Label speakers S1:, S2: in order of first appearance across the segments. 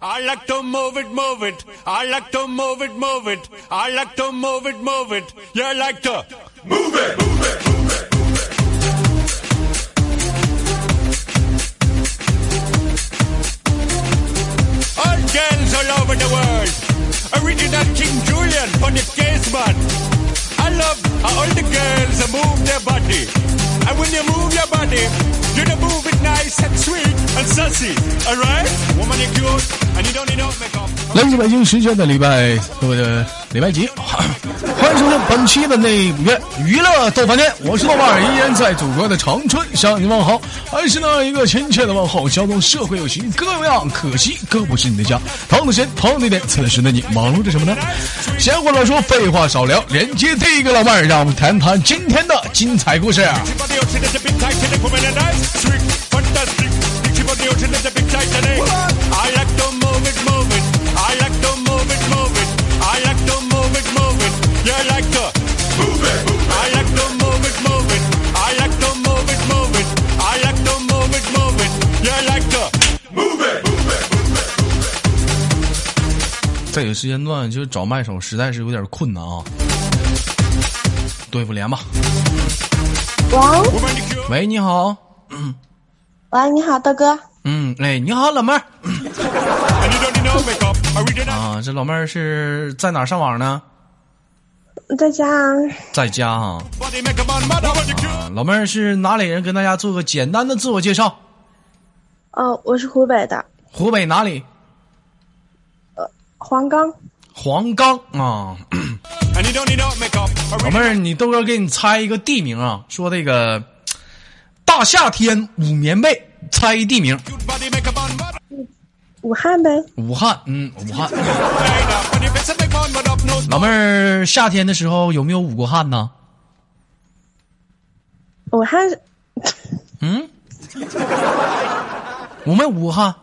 S1: I like to move it, move it. I like to move it, move it. I like to move it, move it. You like to move it, move it. All girls all over the world. Original King Julian on the casement. I love how all the girls move their body. And when you move your body, you to move it nice and sweet and sassy. Alright? Woman, you cute and you don't need no makeup.
S2: 来自北京时间的礼拜六的礼拜几，欢迎收听本期的内娱娱乐豆瓣天，我是豆瓣儿，依然在祖国的长春向你问好，还是那一个亲切的哎问候，交通社会有形各有样，可惜哥不是你的家。同样的时间，同样地点，此时的你忙碌着什么呢？闲话少说，废话少聊，连接第一个老伴儿，让我们谈谈今天的精彩故事。啊
S1: Keep on the ocean is a bit tight and the woman and I trick fantastic. Keep on the ocean is a bit tight and I- I like to move it, move it. I like to move it, move it. I like to move it, move it. You like to move it. I like to move it, move it. I like to move it, move it. I like to move it, move it. You like to.
S2: 这个时间段就是找麦手实在是有点困难啊，对付连吧。
S3: 喂
S1: Woman, you cute.
S2: 喂，你好。
S3: 喂，你好，豆哥。
S2: 嗯，哎，你好，老妹儿
S1: And you don't need no makeup. Original.
S2: 啊，这老妹儿是在哪儿上网呢？
S3: 在家啊，
S2: 在家啊。
S1: Body make a man mad. Woman, you cute.
S2: 老妹儿是哪里人？跟大家做个简单的自我介绍。
S3: 哦，我是湖北的
S2: 湖北哪里？
S3: 黄冈。
S2: 黄冈啊。
S1: And you don't need no makeup.
S2: 老
S1: Original.
S2: 妹儿，你豆哥给你猜一个地名啊，说这个大夏天捂棉被，猜一地名，
S1: Cute body make a man mad.
S3: 武汉呗，
S2: 武汉。嗯，武汉。
S1: Right now. When you face a big man mad up, no
S2: 老妹儿，夏天的时候有没有捂过汗呢？
S3: 武汉
S2: 嗯，我们武汉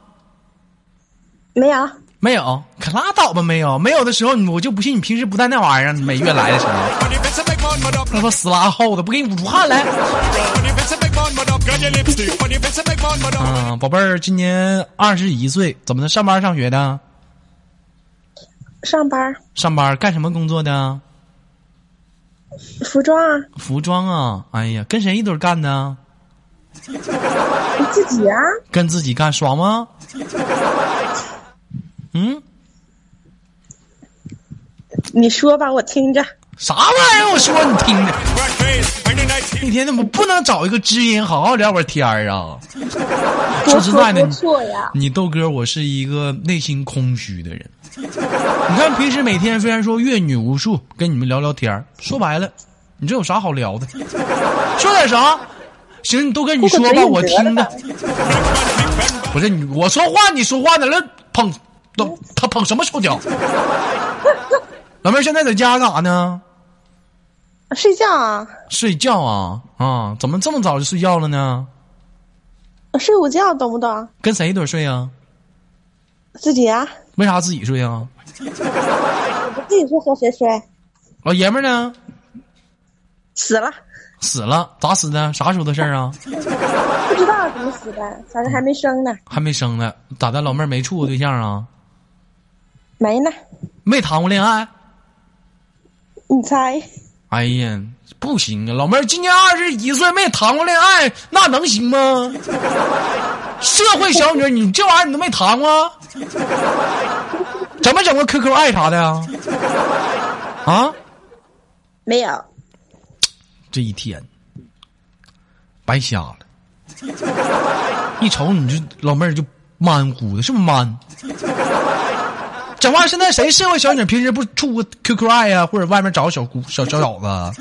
S3: 没有，
S2: 没有，可拉倒吧，没有，没有的时候，你我就不信你平时不带那玩意儿。你每月来的时 候，
S1: When you face a big man mad up, no
S2: 他说死拉厚的，不给你捂汗来。
S1: When you face a big man mad up, grab your lipstick. When you face a big man mad up,
S2: 啊，宝贝儿，今年二十一岁，怎么的？上班上学的？
S3: 上班儿，
S2: 上班干什么工作的？
S3: 服装啊，
S2: 服装啊，哎呀，跟谁一堆干呢？
S3: 你自己啊，
S2: 跟自己干，爽吗？ 嗯，
S3: 你说吧，我听着。
S2: 啥玩意儿？我说你听着，
S1: red face, and a nice heat.
S2: 一天怎么不能找一个知音好好聊会儿天儿啊？
S3: 多
S2: 说实在的
S3: 说多
S2: 你
S3: 错呀，
S2: 你豆哥，我是一个内心空虚的人。 你看平时每天虽然说阅女无数，跟你们聊聊天儿说白了，你这有啥好聊的？ 说点啥？行，你豆哥你说吧，我听着。不是你，我说话你说话呢，那捧都他捧什么臭脚？ 老妹儿现在在家干啥呢？
S3: 睡觉啊，
S2: 睡觉啊啊！怎么这么早就睡觉了呢？
S3: 睡午觉懂不懂？
S2: 跟谁一堆儿睡啊？
S3: 自己啊，
S2: 为啥自己睡啊？
S3: 我自己睡和谁睡？
S2: 老爷们儿呢？
S3: 死了，
S2: 死了，咋死的？啥时候的事儿啊？
S3: 不知道怎么死的，反正还没生呢，
S2: 还没生呢，咋的？老妹儿没处过对象啊？
S3: 没呢。
S2: 没谈过恋爱？
S3: 你猜？
S2: 哎呀，不行啊！老妹儿今年二十一岁，没谈过恋爱，那能行吗？社会小女人，你这玩意儿你都没谈过，怎么整个 QQ 爱啥的呀？啊，
S3: 没有，
S2: 这一天白瞎了， 一瞅你就老妹儿就蛮乎的，是不是蛮？整玩意儿现在谁社会小女人平时不处个 QQ 爱呀、或者外面找个小姑小小小子啊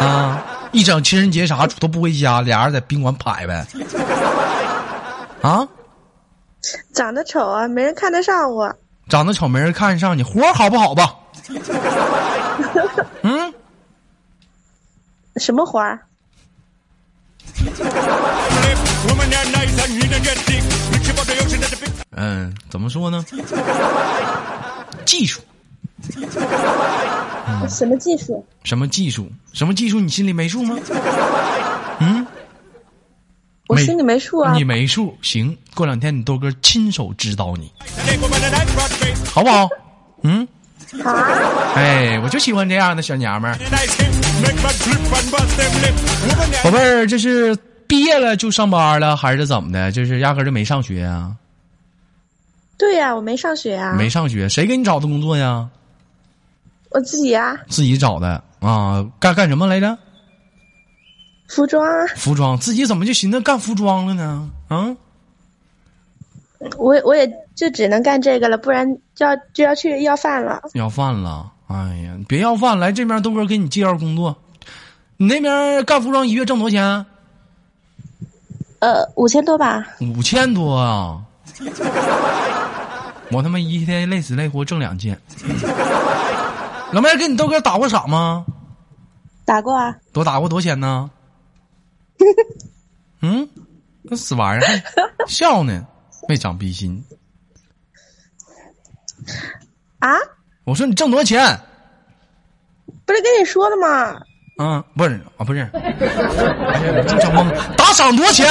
S2: 啊？一整情人节啥都不回家，俩人在宾馆拍呗啊？
S3: 长得丑啊，没人看得上我。
S2: 长得丑没人看上你，活儿好不好吧？嗯，
S3: 什么花儿？
S1: Flip. Woman, you're nice and you don't get thick. Reach about the ocean, that's a big
S2: 嗯，怎么说呢？技术。
S3: 什么技术？
S2: 什么技术？什么技术？你心里没数吗？
S3: 我
S2: 没
S3: 心里没数啊
S2: 你。没数，行，过两天你豆哥亲手指导你，
S1: Today, woman, and I brought faith
S2: 好不好？嗯，
S3: 啊，
S2: 哎，我就喜欢这样的小娘们儿。
S1: and I hip. Make my grip and bust them lip. Woman,
S2: 宝
S1: and
S2: 贝儿，这是毕业了就上班了，还是怎么的？就是压根儿就没上学啊？
S3: 对呀、我没上学啊，
S2: 没上学，谁给你找的工作呀？
S3: 我自己啊，
S2: 自己找的啊？干干什么来着？
S3: 服装啊，
S2: 服装，自己怎么就寻思干服装了呢？啊，
S3: 我我也就只能干这个了，不然就要就要去要饭了。
S2: 要饭了，哎呀，别要饭，来这边豆哥给你介绍工作。你那边干服装一月挣多少钱？啊
S3: 呃，五千多吧，
S2: 五千多啊！ 我他妈一天累死累活挣两千。 老妹儿给你豆哥打过赏吗？
S3: 打过啊，
S2: 多打过多少钱呢？ 嗯，那死玩意儿还笑呢，没长逼心。
S3: 啊，
S2: 我说你挣多少钱？
S3: 不是跟你说了吗？
S2: 啊，不是啊，不是，哎呀，我正整懵了。打赏多少钱？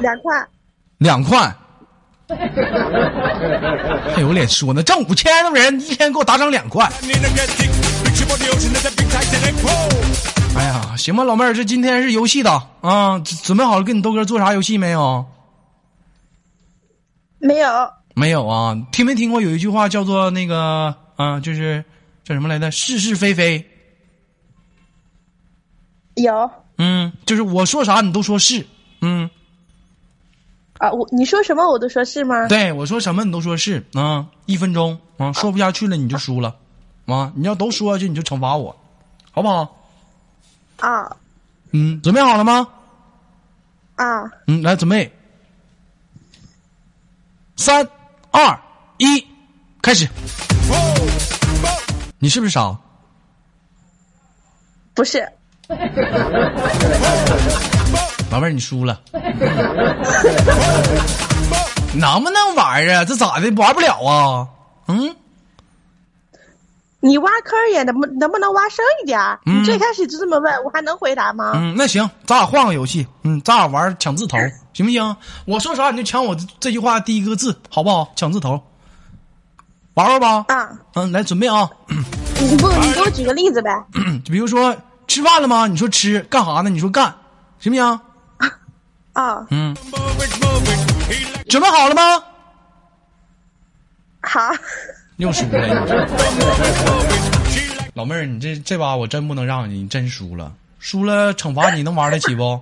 S3: 两块，
S2: 两块。还有脸说呢？挣五千的人一天给我打赏两块。
S1: I need to get thick. Big ship on the ocean, there's a big titan and whoa.
S2: 哎呀，行吧，老妹儿，这今天是游戏的啊，准准备好了跟你豆哥做啥游戏没有？
S3: 没有，
S2: 没有啊，听没听过有一句话叫做那个啊，就是叫什么来着？是是非非。
S3: 有
S2: 嗯，就是我说啥你都说是，嗯，
S3: 啊，我你说什么我都说是吗？
S2: 对我说什么你都说是啊，一分钟啊，说不下去了你就输了啊，你要都说下去你就惩罚我，好不好？
S3: 啊
S2: 嗯，准备好了吗？
S3: 啊，
S2: 嗯，来准备，三二一，开始。你是不是傻？
S3: 不是，
S2: 老妹儿，你输了， 能不能玩啊？这咋的？玩不了啊？嗯，
S3: 你挖坑也能不能不能挖深一点儿？
S2: 嗯
S3: 你最开始就这么问，我还能回答吗？
S2: 嗯，那行，咱俩换个游戏，嗯，咱俩玩抢字头，行不行？我说啥你就抢我这这句话第一个字，好不好？抢字头，玩玩吧。
S3: 啊，
S2: 嗯，来准备啊。
S3: 你不你给我举个例子呗？
S2: 嗯比如说吃饭了吗？你说吃，干啥呢？你说干，行不行？
S3: 啊，
S2: 嗯，
S1: Move it, move it. He like
S2: 准备好了吗？
S3: 好，
S2: 又输了，你这
S1: she like
S2: 老妹儿，你这这把我真不能让你，你真输了，输了惩罚你能玩得起不？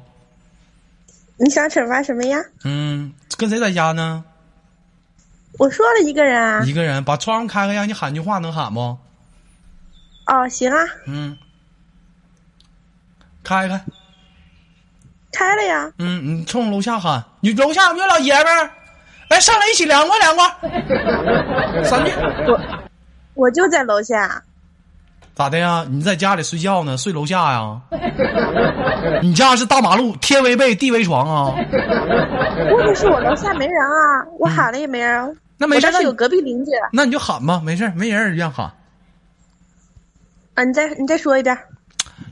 S3: 你想惩罚什么呀？
S2: 嗯，跟谁在家呢？
S3: 我说了一个人啊。
S2: 一个人，把窗户开开，让你喊句话，能喊不？
S3: 哦，行啊，
S2: 嗯，开开，
S3: 开了呀。
S2: 嗯，你冲楼下喊，你楼下有没有老爷们儿？来，上来一起凉快凉快。三句，
S3: 我我就在楼下，
S2: 咋的呀？你在家里睡觉呢？睡楼下呀？ 你家是大马路，天为被，地为床啊？
S3: 问题是我楼下没人啊，我喊了也没人。
S2: 嗯那没事
S3: 我当
S2: 那
S3: 时
S2: 你
S3: 有隔壁邻居
S2: 那你就喊吧，没事儿，没人儿一样喊。
S3: 啊。你再你再说一遍，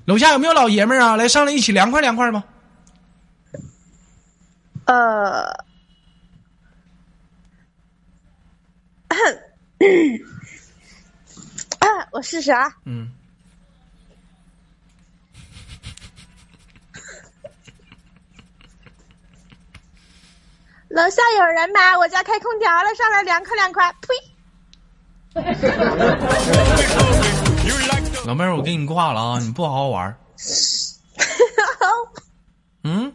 S2: 楼下有没有老爷们儿啊？来，上来一起凉快凉快吧。
S3: 呃， 啊，我试试啊。
S2: 嗯，
S3: 楼下有人吗？我家开空调了，上来凉快凉快。呸！
S1: you like the
S2: 老妹儿，我给你挂了啊，你不好好玩儿。嗯，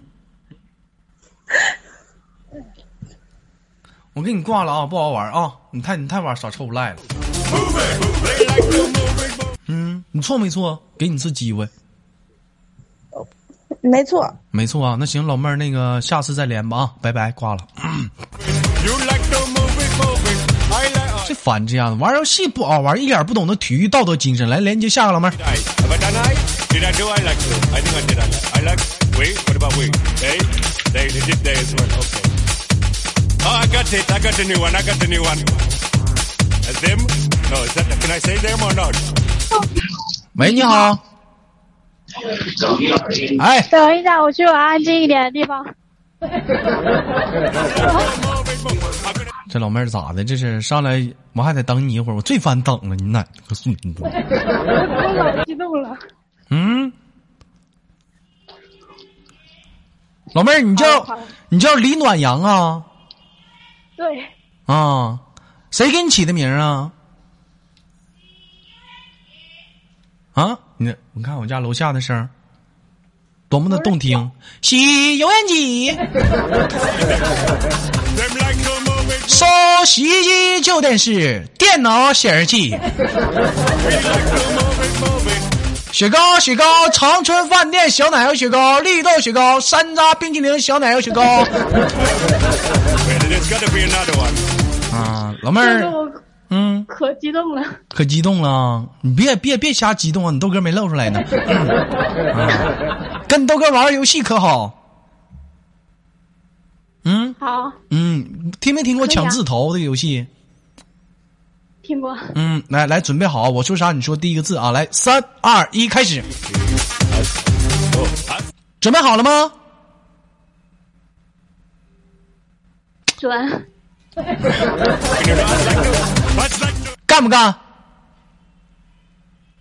S2: 我给你挂了啊，不好玩儿啊！你太你太玩儿耍臭无赖了。
S1: move it. They like the move it, move
S2: 嗯，你错没错？给你一次机会，
S3: 没错，
S2: 没错啊。那行，老妹儿，那个下次再连吧啊，拜拜，挂了。
S1: it. You like the move it, move it. I like uh,
S2: 这烦这样的，玩儿游戏不好玩儿，一点儿不懂得体育道德精神。来，连接下个老妹儿，
S1: I. Have I done I? Did I do I like to? I think I did I like. I like. Wait, what about wait? They? They, they did they as well. Okay. Oh, I got it. I got the new one. I got the new one. As them? No, is that, can I say them or not?
S2: 喂，你好，哎，
S4: 等一下，我去我安静一点的地方。
S2: 这老妹儿咋的？这是上来我还得等你一会儿，我最烦等了，你奶奶个孙子！
S4: 我老激动了。
S2: 嗯，老妹儿，你叫
S4: 好的好的
S2: 你叫李暖阳啊
S4: 对，
S2: 啊？谁给你起的名儿啊？啊，你你看我家楼下的声儿，多么的动听！洗油烟机，
S1: Them like to move it,
S2: 收洗衣机、旧电视、电脑显示器。
S1: move it, move it.
S2: 雪糕，雪糕，长春饭店小奶油雪糕，绿豆雪糕，山楂冰淇淋小奶油雪糕。
S1: Well, there's got to be another one.
S2: 啊，老妹
S4: 但是
S2: 儿，
S4: 我
S2: 嗯，
S4: 可激动了。
S2: 可激动了，你别别别瞎激动啊，你豆哥没露出来呢。嗯啊、跟豆哥玩玩游戏可好？嗯
S4: 好，
S2: 嗯，听没听过
S4: 可以啊
S2: 抢字头这个游戏？
S4: 听过。
S2: 嗯，来来，准备好，我说啥你说第一个字啊，来，三二一，开始。准备好了吗？
S4: 准
S1: What's like to
S2: 干不干？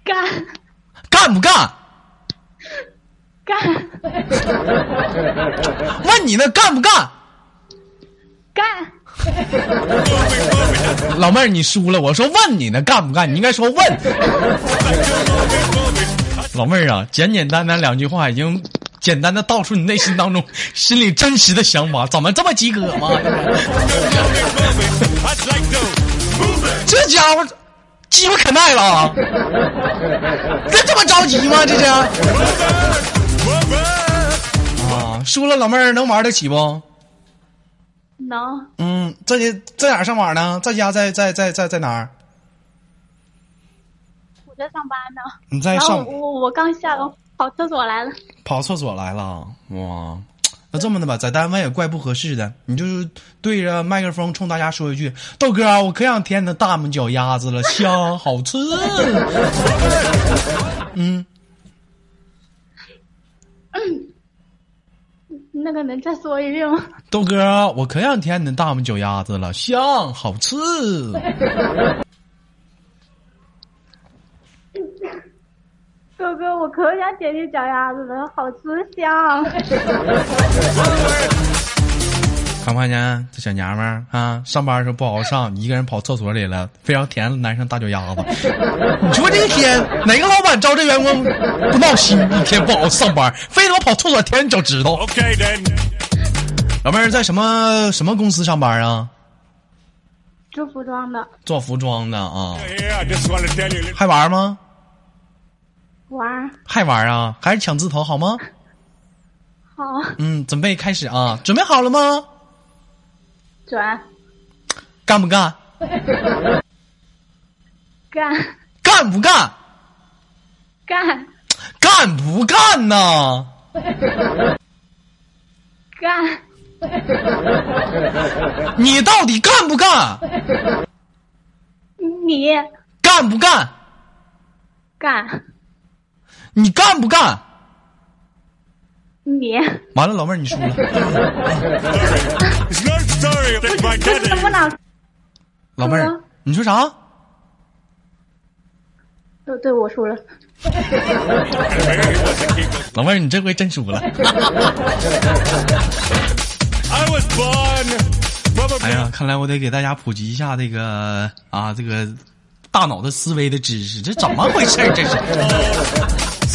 S4: 干
S2: 干不干？
S4: 干
S2: 问你呢，干不干？
S4: 干，
S1: move it, move it,
S2: 老妹儿，你输了。我说问你呢，干不干？你应该说问。
S1: move it.
S2: 老妹儿啊，简简单单两句话，已经简单的道出你内心当中 心里真实的想法。怎么这么及格吗？
S1: Move it, move it. What's like to move it,
S2: 这家伙鸡巴可耐了啊！这这么着急吗？这是啊，
S1: move it.
S2: 输了，老妹儿能玩得起不？
S4: 能
S2: 嗯，这在哪儿上网呢？在家在在在在在哪儿？
S4: 我在上班呢。
S2: 你在
S4: 然后
S2: 上
S4: 我我我刚下楼跑厕所来了。
S2: 跑厕所来了，哇！那这么的吧，在单位也怪不合适的，你就是对着麦克风冲大家说一句：“豆哥啊，我可想舔你的大拇脚丫子了，香，好吃。”
S4: 那个能再说一遍吗？
S2: 豆哥啊，我可想舔你的大拇脚丫子了，香，好吃。
S4: 哥哥，我可想点你脚丫子了，好吃 香。
S2: 看没看见这小娘们儿啊？上班的时候不好好上，一个人跑厕所里了，非要舔男生大脚丫子。你说这一天哪个老板招这员工不闹心？一天不好好上班，非他妈跑厕所舔你脚趾头。
S1: Okay then.
S2: 老妹儿在什么什么公司上班啊？
S4: 做服装的
S2: 做服装的啊？
S1: Yeah, I just want to tell you.
S2: 还玩吗？
S4: 玩儿
S2: 还玩啊？还是抢字头好吗？
S4: 好
S2: 嗯，准备开始啊！准备好了吗？
S4: 准
S2: 干不干？
S4: 干
S2: 干不干？
S4: 干
S2: 干不干呐？
S4: 干
S2: 你到底干不干？
S4: 你
S2: 干不干？
S4: 干
S2: 你干不干？
S4: 你，
S2: 完了，老妹儿你输 了。
S1: It's not story. That's my
S4: 这
S1: daddy.
S4: 怎么老
S2: 老妹儿
S4: 嗯，
S2: 你说啥？
S4: 对对我输了，
S2: 老妹儿，你这回真输了。
S1: I was born.
S2: 哎
S1: Probably.
S2: 呀，看来我得给大家普及一下这个啊，这个大脑的思维的知识，这怎么回事儿？这是。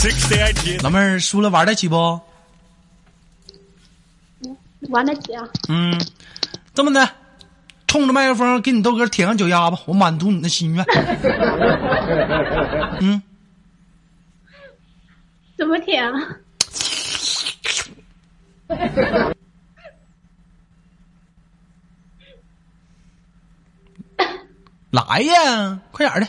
S1: 68 years.
S2: 老妹儿输了玩得起不？
S4: 玩得起啊？
S2: 嗯，这么的，冲着麦克风给你豆哥舔上脚丫吧，我满足你的心 愿。嗯，
S4: 怎么舔啊？
S2: 来呀，快点 儿的，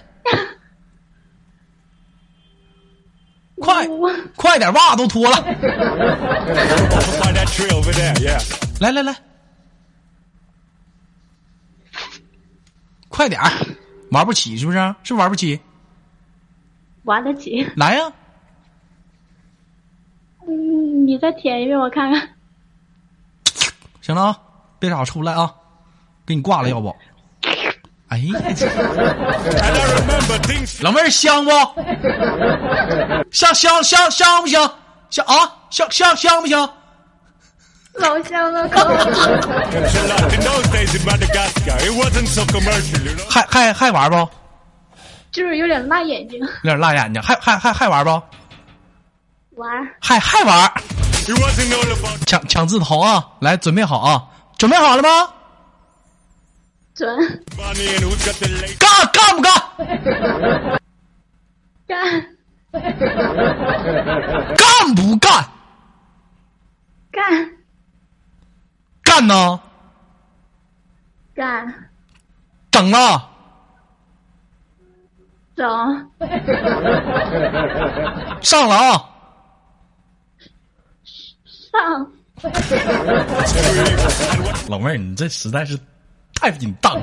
S2: 快
S4: 我
S2: 快点，袜子都脱了。
S1: Over by that tree over there. Yeah.
S2: 来来来，快点儿，玩不起是不是？是不是玩不起？
S4: 玩得起，
S2: 来呀，
S4: 嗯你再舔一遍我看看。
S2: 行了啊，别傻出不来啊，给你挂了，要不？哎呀，
S1: And I remember things
S2: 老妹儿香不？香香香香不香？香啊，香香香不香？
S4: 老香了，
S1: chill out. In those days in Madagascar, it wasn't so commercial, you know.
S2: 还还还玩不？
S4: 就是有点辣眼睛。
S2: 有点辣眼睛，还还还还玩不？
S4: 玩，
S2: 还还玩？
S1: It wasn't all about
S2: 抢抢字头啊！来，准备好啊！准备好了吗？
S4: 准
S1: money and who's got the late.
S2: 干干不干？
S4: 干
S2: 干不干？
S4: 干
S2: 干呢？
S4: 干
S2: 整啊！
S4: 走
S2: 上了啊！
S4: 上，
S2: 老妹儿，你这实在是太不给你当了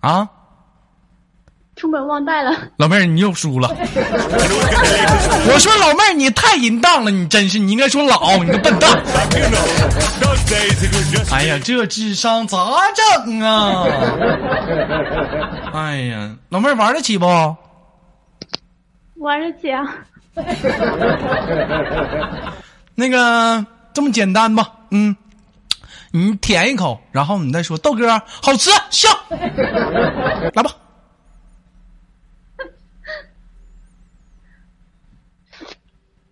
S2: 啊！
S4: 出门忘带了，
S2: 老妹儿，你又输了。我说老妹儿，你太淫荡了，你真是，你应该说老，你个笨蛋。
S1: You know, those days it was just
S2: 哎呀，这智商咋整啊？ 哎呀，老妹儿玩得起不？
S4: 玩得起啊？
S2: 那个这么简单吧，嗯，你舔一口，然后你再说豆哥好吃香， 来吧，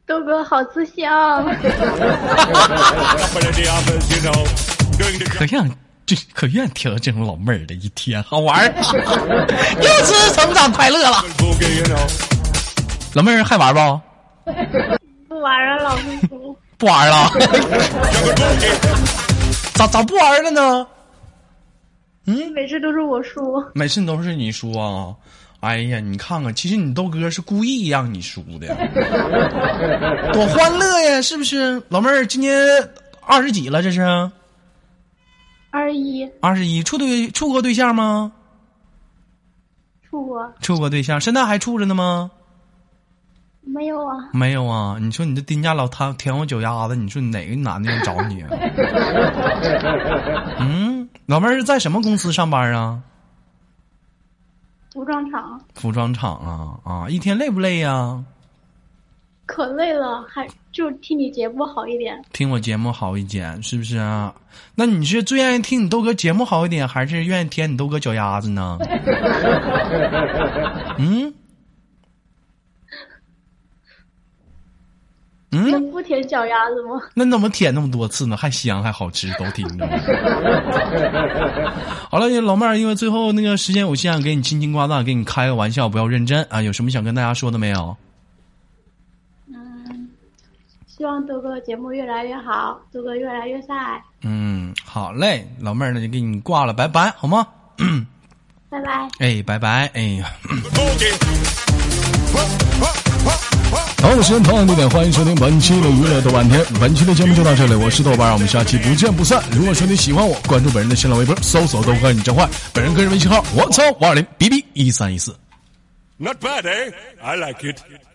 S4: 豆哥好啊吃香，
S1: couple of the others, you know, doing the
S2: 可愿就可愿听这种老妹儿的一天好玩儿， 又吃成长快乐了。
S1: jungle boogie, you know.
S2: 老妹儿还玩不？
S4: 不玩了，老公公。
S2: 不玩了，
S1: Jungle boogie,
S2: 咋咋不玩了呢？
S4: 每次都是我输，
S2: 每次都是你输啊！哎呀，你看看，其实你豆哥是故意让你输的， 多欢乐呀，是不是？老妹儿今年二十几了，这是
S4: 二一
S2: 二十一，处对处过对象吗？
S4: 出国
S2: 处过对象，现在还处着呢吗？
S4: 没有啊？
S2: 没有啊！你说你这丁家老汤舔我脚丫子，你说哪个男的找你、啊？嗯，老妹儿是在什么公司上班啊？
S4: 服装厂
S2: 服装厂啊啊！一天累不累啊呀、
S4: 可累了，还就听你节目好一点，
S2: 听我节目好一点，是不是啊？那你是最愿意听你豆哥节目好一点，还是愿意舔你豆哥脚丫子呢？嗯嗯，
S4: 能不舔脚丫子吗？
S2: 那怎么舔那么多次呢？还香还好吃，都听着。 好了，老妹儿，因为最后那个时间有限，给你轻轻挂断，给你开个玩笑，不要认真啊！有什么想跟大家说的没有？
S4: 希望豆哥节目越来越好，豆哥越来越帅，
S2: 嗯，好嘞，老妹儿，那就给你挂了，拜拜，好吗？
S4: 拜拜。
S2: 哎，拜拜，哎呀。
S1: boogie. Whoa, whoa, whoa, whoa.
S2: 好，我是同样地点，欢迎收听本期的娱乐豆瓣天。本期的节目就到这里，我是豆瓣，让我们下期不见不散。如果说你喜欢我，关注本人的新浪微博，搜索“豆哥你真坏”，本人个人微信号：我操五二零 b b 一三一四。
S1: Not bad, eh? I like it.